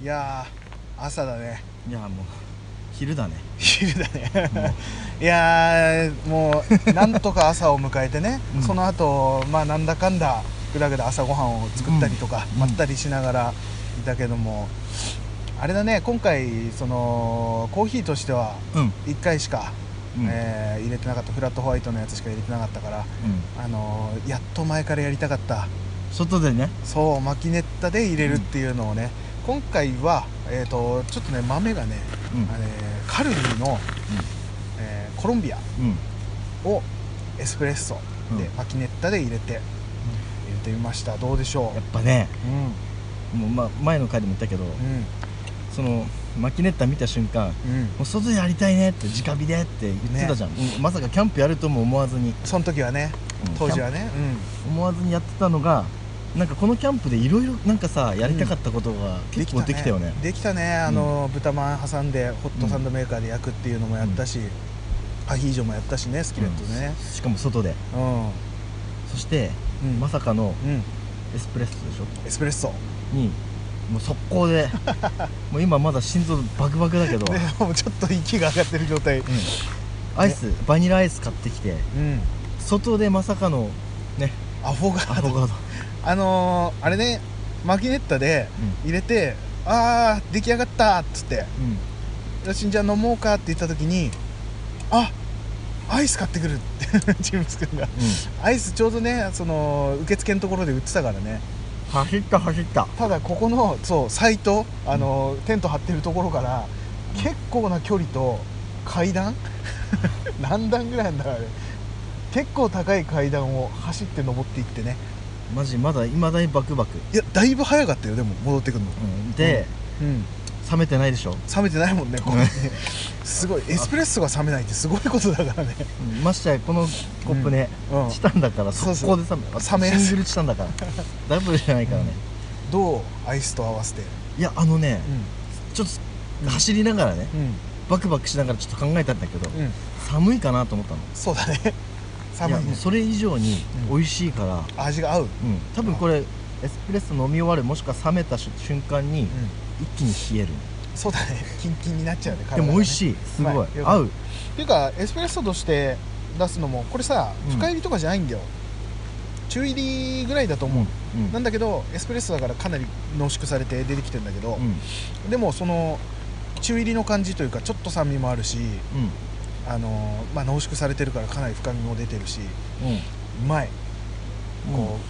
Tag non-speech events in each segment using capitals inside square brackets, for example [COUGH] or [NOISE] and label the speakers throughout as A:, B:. A: いやー朝だ
B: [LAUGHS]
A: ね
B: いやもう昼だね
A: 昼だね [LAUGHS] いやーもうなんとか朝を迎えてね、
B: [LAUGHS] うん
A: その後まあなんだかんだぐだぐだ朝ごはんを作ったりとか、
B: うん
A: まったりしながらいたけどもあれだね今回そのコーヒーとしては
B: うんうん
A: 1回しか、えー入れてなかったフラットホワイトのやつしか入れてなかったから、
B: うん
A: あのーやっと前からやりたかった
B: 外でね
A: そうマキネッタで入れるっていうのをね、今回は、えー、とちょっとね豆がね、
B: うん
A: あれカルビーの、えーコロンビア
B: うん
A: をエスプレッソで、
B: うん
A: マキネッタで入れて入れてみましたどうでしょ
B: やっぱね
A: ううん
B: もう、ま、前の回でも言ったけど、
A: うん
B: そのマキネッタ見た瞬間
A: うん
B: もう外でやりたいねって直火でって言ってたじゃん、うんまさかキャンプやるとも思わずに、
A: その時はね当時は
B: キ
A: ね
B: ャンプ思わずにやってたのがなんかこのキャンプでいろいろなんかさやりたかったことが
A: うん
B: 結構できたよね
A: できたねあの、豚まん挟んでホットサンドメーカーで焼くっていうのもやったし、アヒージョもやったしねスキレットでね
B: しかも外で
A: うん、
B: そして、
A: うん
B: まさかの
A: うん、
B: エスプレッソでしょ
A: エスプレッソ
B: にもう速
A: [LAUGHS]
B: 攻でもう今まだ心臓バクバクだけど、
A: でもうちょっと息が上がってる状態
B: うんアイスバニラアイス買ってきて
A: うん
B: 外でまさかのね
A: アフォガ
B: ア
A: ー
B: ボ
A: ド
B: カド
A: あのー、あれねマキネッタで入れて、あー出来上がったっつって
B: うん
A: よしじゃあ飲もうかって言った時にあアイス買ってくるって [LAUGHS] ジェームス君がアイスちょうどねその受付のところで売ってたからね
B: 走った走った
A: ただここのそうサイトあの、テント張ってるところから結構な距離と階段 [LAUGHS] 何段ぐらいなんだろうあれ結構高い階段を走って登っていってね
B: マジまだいまだにバクバク、
A: いやだいぶ早かったよでも戻ってくるの
B: うんで、
A: うん
B: 冷めてないでしょ、
A: 冷めてないもんねこれねす
B: [LAUGHS]
A: ごいエスプレッソが冷めないってすごいことだからね
B: うんましてやこのコップね、
A: うんうん
B: チタンだから
A: そう
B: 速
A: そう
B: 攻で冷め
A: 冷めやすい
B: シングルチタンだから
A: [LAUGHS]
B: ダブルじゃないからね、
A: どうアイスと合わせて
B: いやあのね、ちょっ
A: うん
B: と走りながらね、
A: うん
B: バクバクしながらちょっと考えたんだけど、
A: うん、うん、
B: 寒いかなと思ったの
A: そうだね
B: い
A: 寒
B: や
A: い
B: もう
A: ね
B: それ以上に美味しいから、うん
A: 味が合う、うん、
B: 多分これエスプレッソ飲み終わるもしくは冷めたし瞬間に一気に冷える、
A: そうだねキンキンになっちゃうね
B: でも美味
A: い
B: しいす
A: う
B: ご
A: ま
B: い
A: いよかった
B: 合う
A: っていうかエスプレッソとして出すのもこれさ
B: うん
A: 深入りとかじゃないんだよ、中入りぐらいだと思う、
B: うんうん
A: なんだけどエスプレッソだからかなり濃縮されて出てきてんだけど
B: う、ん
A: でもその中入りの感じというかちょっと酸味もあるしあのーまあ、濃縮されてるからかなり深みも出てるし
B: うん
A: うまい、
B: うん
A: こう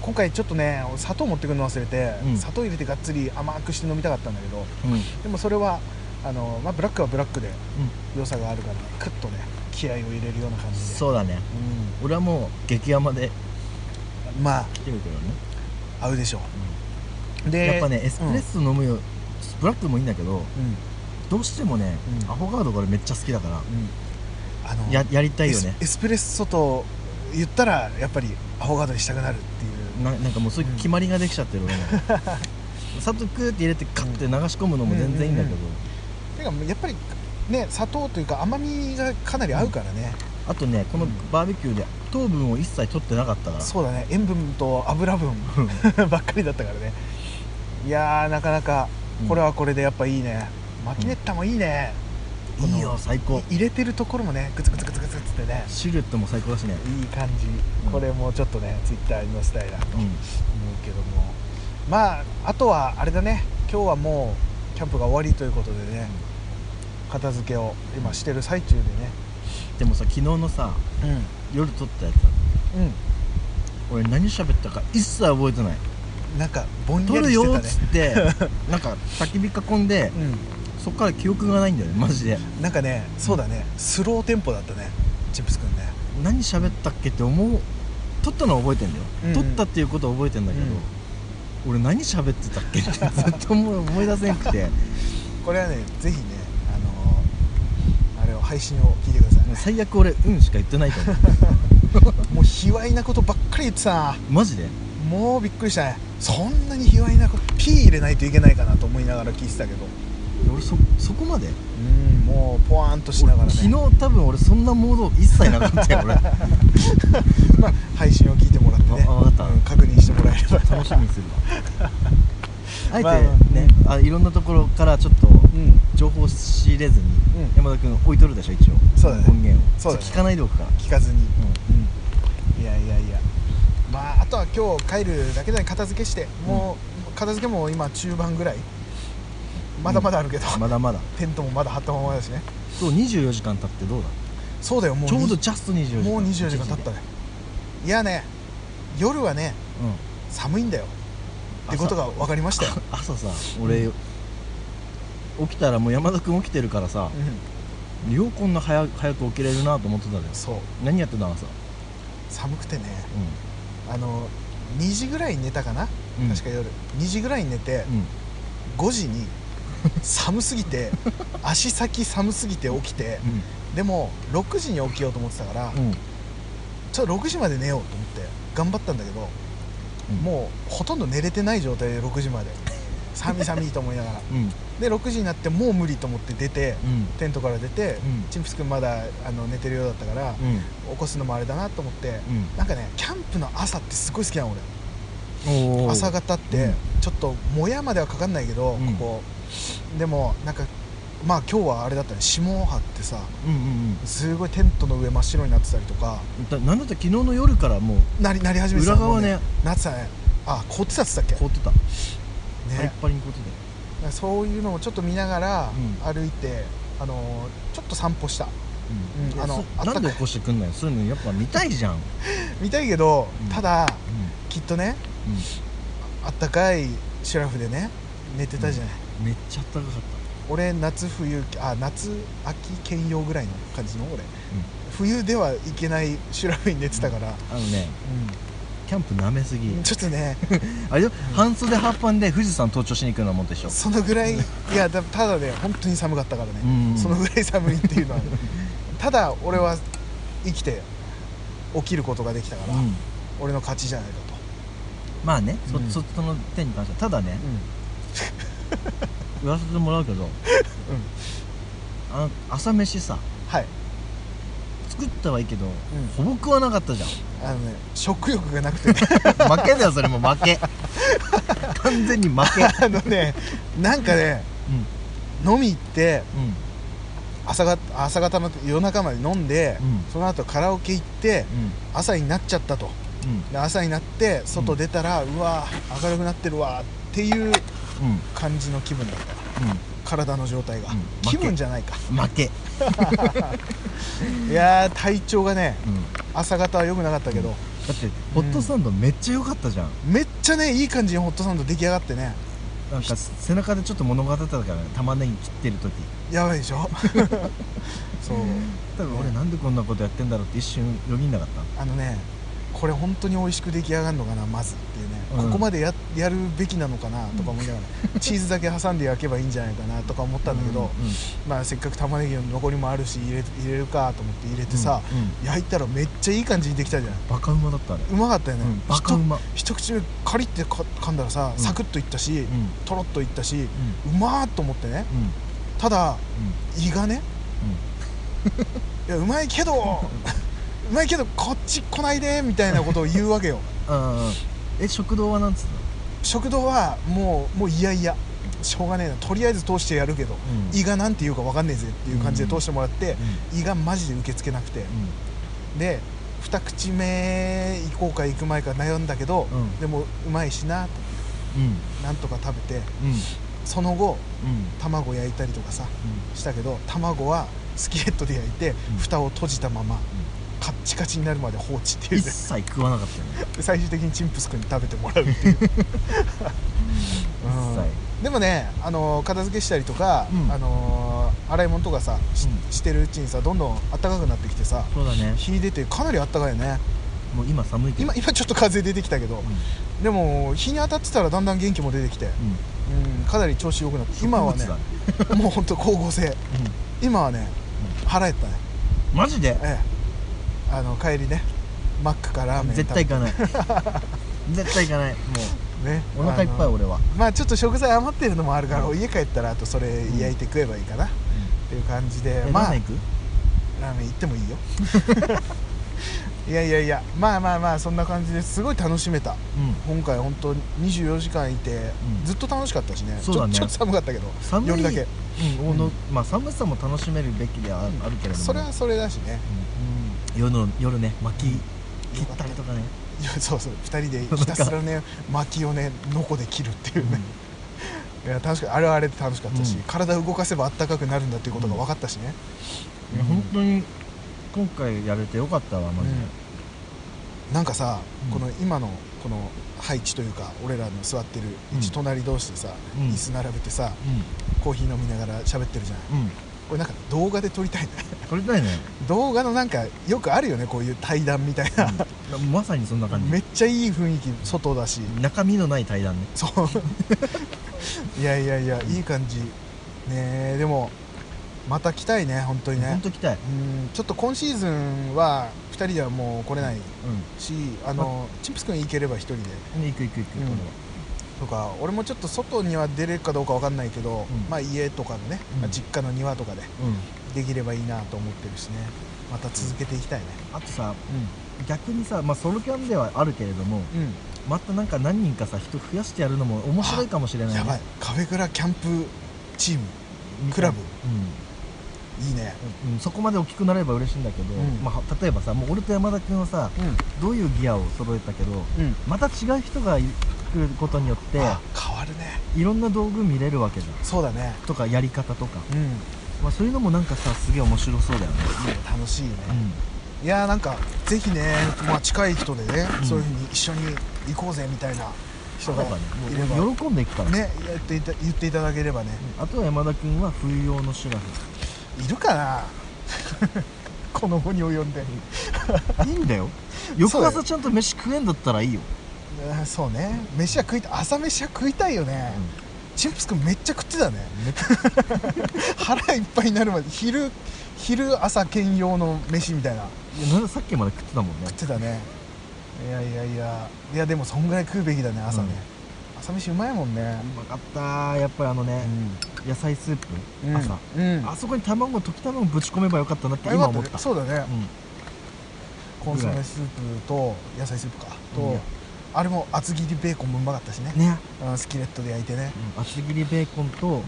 A: 今回ちょっとね砂糖持ってくるの忘れて、
B: うん
A: 砂糖入れてがっつり甘くして飲みたかったんだけど
B: うんうん
A: でもそれはあのー、まあ、ブラックはブラックで良さがあるからねクッとね気合を入れるような感じで
B: そうだね俺はもう激甘で
A: うん、まあ
B: 来てるけどね、
A: 合うでしょうで
B: やっぱねエスプレッソ飲むよ、ブラックもいいんだけど
A: うん、うん
B: どうしてもね、
A: うん
B: アフォガードこれめっちゃ好きだから
A: うんあのー
B: ややりたいよね
A: エスエスプレッソと言ったらやっぱりアフォガードにしたくなるっていう
B: ななんかもうそういう決まりができちゃってる俺の砂糖クーって入れてカッて流し込むのも全然いいんだけど、
A: うんてかやっぱりね砂糖というか甘みがかなり合うからね、
B: あとねこのバーベキューで糖分を一切取ってなかったから
A: そうだね塩分と油分 [LAUGHS] ばっかりだったからねいやーなかなかこれはこれでやっぱいいね、マキネッタもいいね、この
B: いいよ最高
A: 入れてるところもねグツグツグツグツってね
B: シルエットも最高だしね
A: いい感じ、
B: うん
A: これもちょっとねツイッターに載せたいなと
B: う
A: 思うんけどもまああとはあれだね今日はもうキャンプが終わりということでね片付けを今してる最中でね
B: でもさ昨日のさ夜撮ったやつ
A: うんうん
B: 俺何喋ったか一切覚えてない
A: なんかぼん
B: 撮
A: やり
B: る
A: し
B: よ
A: てた
B: ーっ
A: ね
B: つって [LAUGHS] なんか焚き火囲んで
A: うん
B: そっから記憶がないんだよねマジで
A: なんかねそうだねスローテンポだったねチップスくんね
B: 何喋ったっけって思う撮ったのは覚えてんだよ、
A: うんうん
B: 撮ったっていうことは覚えてんだけど、俺何喋ってたっけって [LAUGHS] ずっと思い思い出せんくて
A: これはねぜひねあのーあれを配信を聞いてください
B: 最悪俺「うん」しか言ってないと思う
A: もう卑猥なことばっかり言ってたな
B: マジで
A: もうびっくりしたねそんなに卑猥なこと P 入れないといけないかなと思いながら聞いてたけど
B: 俺そそこまで
A: うんもうポワーンとしながらね
B: 昨日多分俺そんなモード一切なかった
A: [LAUGHS]
B: よ俺
A: まあ、配信を聞いてもらってね
B: あわかった
A: うん確認してもらえれば
B: 楽しみにするわあえ
A: まあ
B: てね、あ、いろんなところからちょっと
A: うん
B: 情報を仕入れずに、
A: うん
B: 山田君置いとるでしょ一応
A: そうだね
B: 音源を
A: そうだね
B: ちょっと聞かないでおくから、
A: 聞かずに、
B: う
A: いやいやいやまああとは今日帰るだけで片付けしてもう、片付けも今中盤ぐらいまだまだあるけど、
B: ん、まだまだ
A: テントもまだ張ったままだしね
B: そう24時間経ってどうだ
A: そうだよもう
B: ちょうど
A: に
B: ジャスト24時間
A: もう24時間経ったねいやね夜はね
B: うん
A: 寒いんだよってことが分かりましたよ、
B: 朝さ俺、起きたらもう山田君起きてるからさ、
A: う
B: ようこんな早早く起きれるなと思ってたで
A: ん、そう
B: 何やってたの朝、
A: 寒くてね
B: う
A: あの2時ぐらいに寝たかな、
B: うん
A: 確か夜2時ぐらいに寝て、
B: んうん、
A: 5時に寒すぎ
B: [LAUGHS]
A: て足先寒すぎて起きてでも6時に起きようと思ってたから、
B: うんうん
A: ちょっと6時まで寝ようと思って頑張ったんだけど、もうほとんど寝れてない状態で6時まで寒い寒いと思いな
B: [LAUGHS]
A: がら
B: うんうん
A: で6時になってもう無理と思って出て、テントから出て、
B: うん
A: チンプス君まだあの寝てるようだったから、起こすのもあれだなと思って、
B: うん
A: なんかねキャンプの朝ってすごい好きなの俺
B: うんおー
A: 朝方って、
B: うん
A: ちょっともやまではかかんないけど、
B: うん
A: ここでもなんかまあ今日はあれだったね下張ってさ
B: うんうん
A: すごいテントの上真っ白になってたりとか
B: うんだなんだったら昨日の夜からもう
A: なりなり始めてた
B: 裏側ね
A: もうなってたねあ凍ってたっつったっけ
B: 凍ってた、パリ
A: ね
B: ッパリに凍ってたよ
A: そういうのもちょっと見ながら
B: う
A: 歩いて、あのーちょっと散歩した [LAUGHS] うん
B: で
A: あの
B: そ
A: あったか
B: ないんで起こしてくんないそういうのやっぱ見たいじゃん、うん
A: 見たいけど、
B: うん
A: ただ
B: う
A: きっとね
B: ん
A: あったかいシュラフでね寝てたじゃない、
B: めっちゃあったかかった
A: 俺夏冬あ夏秋兼用ぐらいの感じの俺冬ではいけないシュラフに寝てたから、
B: あのねキャンプなめすぎ、
A: ちょっとね
B: あれよ、半袖半パンで富士山登頂しに行くようなもんでしょ
A: そのぐらいいやだただね本当に寒かったからね、
B: うん
A: そのぐらい寒いっていうの
B: [LAUGHS]
A: はただ俺は生きて起きることができたから、
B: うん
A: 俺の勝ちじゃないかと、
B: まあね、
A: うん
B: そそその点に関してはただね言わせてもらうけど、あの朝飯さ
A: はい
B: 作ったはいいけど、
A: ん
B: ほぼ食わなかったじゃん
A: あのね食欲がなくてね [LAUGHS]
B: 負けだよそれも負け完全に負け
A: あのねなんかね
B: うん
A: 飲み行って
B: うん
A: 朝が朝方の夜中まで飲んで、
B: うん
A: その後カラオケ行って朝になっちゃったと
B: うん
A: で朝になって外出たら、うわー明るくなってるわーっていう
B: うん
A: 感じの気分だった
B: う
A: 体の状態が、
B: うん
A: 気分じゃないか
B: ん負け、
A: いやー体調がね
B: うん、
A: 朝方は良くなかったけど、
B: だってホットサンドめっちゃ良かったじゃん、
A: めっちゃねいい感じにホットサンド出来上がってね
B: なんか背中でちょっと物語ってたからね玉ねぎ切ってる時
A: やばいでしょ [LAUGHS] そう
B: 多分俺なんでこんなことやってんだろうって一瞬よぎんなかった
A: あのねこれ本当に美味しく出来上がるのかなまずっていうね、
B: うん
A: ここまでややるべきなのかなとか思いながらチーズだけ挟んで焼けばいいんじゃないかなとか思ったんだけど、まあ、せっかく玉ねぎの残りもあるし入れ入れるかと思って入れてさ、
B: うんうん
A: 焼いたらめっちゃいい感じにできたじゃん
B: バカうまだったあれ
A: うまかったよね、
B: うんバカうま
A: 一口目カリってか噛んだらさ、
B: うん
A: サクッといったし、
B: うん
A: とろっといったし、うまーっと思ってね
B: うんうん
A: ただ
B: うん
A: 胃がねいやうまいけど
B: [LAUGHS]
A: うまいけどこっち来ないでみたいなことを言うわ
B: [LAUGHS]
A: けよ
B: あーえ食堂はなんつったの
A: 食堂はもうもういやいやしょうがねえなとりあえず通してやるけど、
B: うん
A: 胃がなんて言うかわかんねえぜっていう感じで通してもらって、胃がマジで受け付けなくて、で二口目行こうか行く前か悩んだけど、
B: うん
A: でもうまいしなと
B: うんうん
A: なんとか食べて
B: うん
A: その後
B: うん
A: 卵焼いたりとかさ
B: [LAUGHS] うん
A: したけど卵はスキレットで焼いて、
B: うん
A: 蓋を閉じたまま、カッチカチになるまで放置っていう
B: 一
A: ね
B: 切食わなかったよね
A: で最終的にチンプス君に食べてもらうっていう、うん
B: 一切
A: でもねあの片付けしたりとか、
B: うん
A: あの洗い物とかさし,、
B: うん
A: してるうちにさどんどん暖かくなってきてさ
B: そうだね
A: 日出てかなり暖かいよね
B: もう今寒いけど
A: 今今ちょっと風出てきたけど、でも日に当たってたらだんだん元気も出てきて、
B: う
A: う
B: ん
A: ん、かなり調子良くなって今はね
B: 植物だ
A: もう本当光合成今はね腹減ったね
B: うんマジで
A: ええあの帰りねマックからラーメン食べ
B: 絶対行
A: [LAUGHS]
B: かない絶対行かないも
A: ね
B: うお腹いっぱい
A: あの
B: 俺は
A: まあちょっと食材余ってるのもあるから、家帰ったらあとそれ焼いて食えばいいかな、っていう感じで
B: えラ
A: まあ
B: ーメン行く
A: ラーメン行ってもいいよ [LAUGHS]
B: う
A: いやいやいやまあまあまあそんな感じですごい楽しめた
B: うん
A: 今回本当に24時間いて、
B: うん
A: ずっと楽しかったしね
B: そうだね
A: ちょちょ [LAUGHS] っと寒かったけど
B: 寒い
A: 夜だけ、
B: うんおのまあ、寒さも楽しめるべきではあるけれども
A: それはそれだしね、
B: 夜の夜ね巻き切
A: よ
B: っ
A: かった
B: たりとかね
A: いや [LAUGHS] そうそう2人
B: [LAUGHS]
A: でひたすらね薪をねノコで切るっていうね、 [LAUGHS] いや楽しかったあれはあれで楽しかったし、
B: うん
A: 体を動かせばあったかくなるんだっていうことが分かったしね、
B: いや本当に今回やれてよかったわマジで、
A: なんかさ、
B: うん
A: この今のこの配置というか俺らの座ってる位置
B: うん
A: 隣同士でさ、
B: うん
A: 椅子並べてさ
B: う
A: コーヒー飲みながら喋ってるじゃん
B: んうん
A: これなんか動画で撮りたいね [LAUGHS]
B: 撮りたいね、
A: 動画のなんかよくあるよねこういう対談みたいな、
B: うんまさにそんな感
A: めっ
B: じ
A: ちゃいい雰囲気外だし、
B: 中身のない対談ね
A: そう [LAUGHS] いやいやいやいい感じねえでもまた来たいね本当に
B: ほん
A: ね
B: と来たい、
A: うんちょっと今シーズンは2人ではもう来れないしあの、チンプス君行ければ1人で
B: うん行く行く行く、
A: うん
B: これは
A: とか俺もちょっと外には出れるかどうかわかんないけど、
B: うん
A: まあ家とかのね、
B: うん
A: まあ実家の庭とかで
B: うん
A: できればいいなと思ってるしねまた続けていきたいね
B: あとさ逆にさ、まあ、ソロキャンではあるけれども
A: うん、
B: またなんか何人かさ人増やしてやるのも面白いかもしれない、ね、
A: やばいカフェクラキャンプチームクラブいいね
B: うん、うん、そこまで大きくなれば嬉しいんだけど、
A: うん
B: まあ、例えばさもう俺と山田君はさどういうギアを揃えたけど
A: うんうん
B: また違う人がい来ることによって
A: あ変わるね
B: いろんな道具見れるわけじゃん
A: そうだね
B: とかやり方とか、
A: うん
B: まあ、そういうのもなんかさすげえ面白そうだよね、
A: 楽しいね、いやーなんかぜひね、まあ、近い人でね、
B: うん
A: そういうふうに一緒に行こうぜみたいな人がい
B: だから
A: れ
B: ね
A: ば
B: もう喜んでいくから、
A: ねやっていた言っていただければね、
B: あとは山田君は冬用のシュラ
A: いるかな [LAUGHS] この後に及んで、
B: フいいんだよ
A: そう
B: 翌
A: だよ
B: 朝ちゃんと飯食えんだったらいいよ、
A: うんそうね飯は食いた朝飯は食いたいよね、チンプス君めっちゃ食ってたね [LAUGHS]
B: めっちゃ
A: 腹いっぱいになるまで昼昼朝兼用の飯みたいない
B: やなんださっきまで食ってたもんね
A: 食ってたねいやいやいやいやでもそんぐらい食うべきだね朝ね、朝飯うまいもんね、
B: うまかったーやっぱりあのね、野菜スープ、
A: うん
B: 朝、
A: うん
B: あそこに卵溶き卵ぶち込めばよかったなって
A: あよかっ
B: 今
A: た
B: 思っ
A: ね
B: た
A: そうだね、
B: う
A: コンソメスープと野菜スープかと、
B: うん
A: あれも厚切りベーコンもうまかったしね
B: ん、ね、
A: うんスキレットで焼いてね、
B: 厚切りベーコンと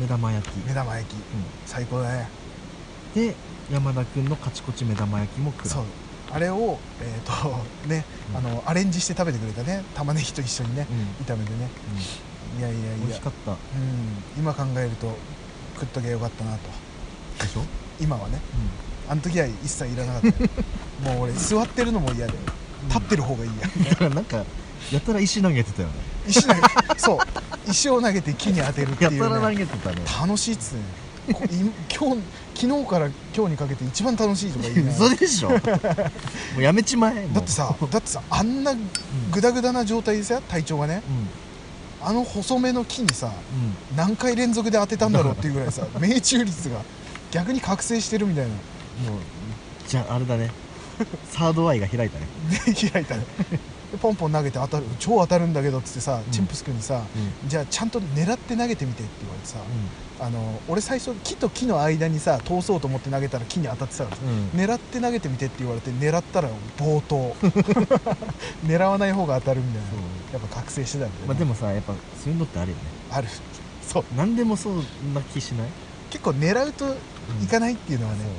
B: 目玉焼き、
A: 目玉焼き最高だね
B: うんで山田君のカチコチ目玉焼きも食う
A: そうあれをえっ、と [LAUGHS] ね、
B: うん
A: あのアレンジして食べてくれたね玉ねぎと一緒にね
B: うん、
A: 炒めてね
B: う
A: いやいや
B: ん、
A: い
B: 美味
A: や
B: しかった
A: うん今考えると食っときゃよかったなと
B: でしょ、
A: 今はねあの時は一切いらなか
B: [LAUGHS]
A: ったよもう俺座ってるのも嫌で立ってる方がいいや
B: だからなんかやたら石投げてたよね
A: 石投げ
B: [LAUGHS]
A: そう石を投げて木に当てるってい
B: や
A: う、ね、
B: たら投げてたね
A: 楽しいっつうねこい今日昨日から今日にかけて一番楽しいとか言うね
B: 嘘で [LAUGHS] しょもうやめちまえもう
A: だって
B: [LAUGHS]
A: さだってさあんなグダグダな状態でさ体調がね
B: うんうん
A: あの細めの木にさ何回連続で当てたんだろうっていうぐらい
B: [LAUGHS]
A: さ命中率が逆に覚醒してるみたいな [LAUGHS]
B: もうじゃああれだ [LAUGHS] ねサードアイが開いたね
A: で開いたねでポンポン投げて当たる超当たるんだけどっつってさ、
B: うん
A: チンプス君にさ、
B: う
A: じゃあちゃんと狙って投げてみてって言われてさ、
B: う
A: あの俺最初木と木の間にさ通そうと思って投げたら木に当たってたからさ、
B: んうん
A: 狙って投げてみてって言われて狙ったら冒
B: [LAUGHS]
A: 頭 [LAUGHS] 狙わない方が当たるみたいな
B: そう
A: やっぱ覚醒してたんだよね、
B: まあでもさやっぱそういうのってあるよね
A: あるそう
B: 何でもそうな気しない
A: 結構狙うといかないっていうのはね、
B: そう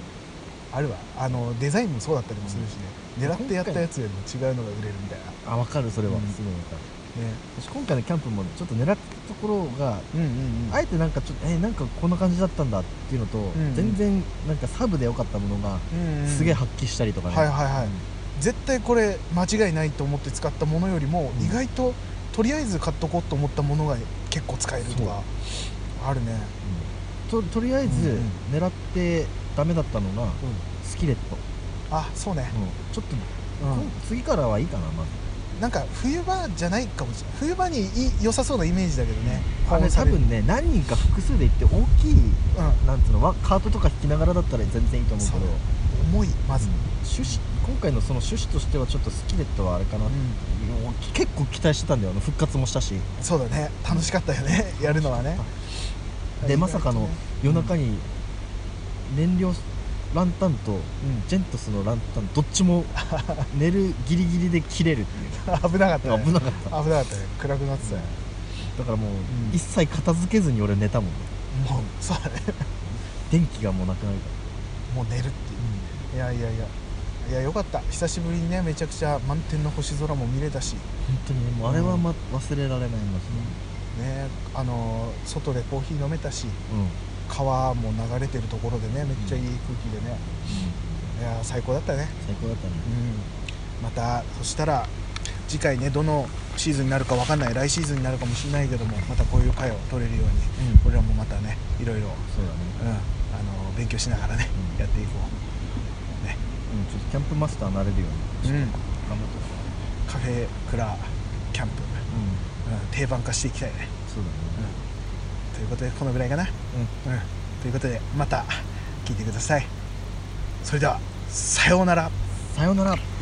A: あるわあのデザインもそうだったりもするしね、
B: うん
A: 狙ってやったやつよりも違うのが売れるみたいな
B: あ分かるそれは、
A: うん
B: すごい分かる
A: ね
B: 私今回のキャンプもちょっと狙ったところが
A: うんうんうん
B: あえてなんかちょっとえなんかこんな感じだったんだっていうのと、
A: ん
B: 全然なんかサブで良かったものが
A: うんうん
B: すげえ発揮したりとかね、
A: はいはいはい
B: うん
A: 絶対これ間違いないと思って使ったものよりも、
B: うん
A: 意外ととりあえず買っとこうと思ったものが結構使えるとかあるね、
B: ととりあえ
A: う
B: ず
A: んうん
B: 狙ってダメだったのがスキレット、
A: あそうね、
B: ちょっと、
A: うん
B: こん次からはいいかなまず
A: なんか冬場じゃないかもしれない冬場にいい良さそうなイメージだけどね、
B: あれ
A: 保温さ
B: 多
A: れる
B: 分ね何人か複数で行って大きいなんつうのわカートとか引きながらだったら全然いいと思うけど
A: そううん、重いまず、
B: 趣旨今回のその趣旨としてはちょっとスキレットはあれかな、
A: う
B: もう結構期待してたんだよあの復活もしたし
A: んそうだね楽しかったよね [LAUGHS] やるのはね
B: でまさかの夜中に燃料ランタンとジェントスのランタンどっち [LAUGHS] も寝るギリギリで切れるって
A: うん、 [LAUGHS] 危なかっ
B: い
A: た、
B: う
A: ね、
B: 危なかった
A: 危なかったね暗くなってたよ、
B: だからもう、
A: ん
B: 一切片付けずに俺寝たもんね
A: もうそうだね
B: 電気がもうなくなるか
A: もう寝るっていういやいやいやいやよかった久しぶりにねめちゃくちゃ満天の星空も見れたし
B: ら本当にねもうあれは、ま忘れられないマジ
A: ねあのー外でコーヒー飲めたし
B: でうん、うん
A: 川も流れてるところでねめっちゃいい空気でね、いやー最高だったね
B: 最高だったね
A: うんまたそしたら次回ねどのシーズンになるかわかんない来シーズンになるかもしれないけどもまたこういう回を取れるように
B: うん
A: 俺らもまたねいろいろ、
B: そうだ
A: うん、あ
B: ね
A: の勉強しながらね、
B: うん
A: やっていこうね
B: うんちょっとキャンプマスターになれるように、
A: うん
B: 頑張ってほしい
A: カフェクラキャンプ、う、
B: うん
A: 定番化していきたいね、
B: んそうだね
A: ということでこのぐらいかな、うん、
B: うん
A: ということでまた聞いてくださいそれではさようなら
B: さようなら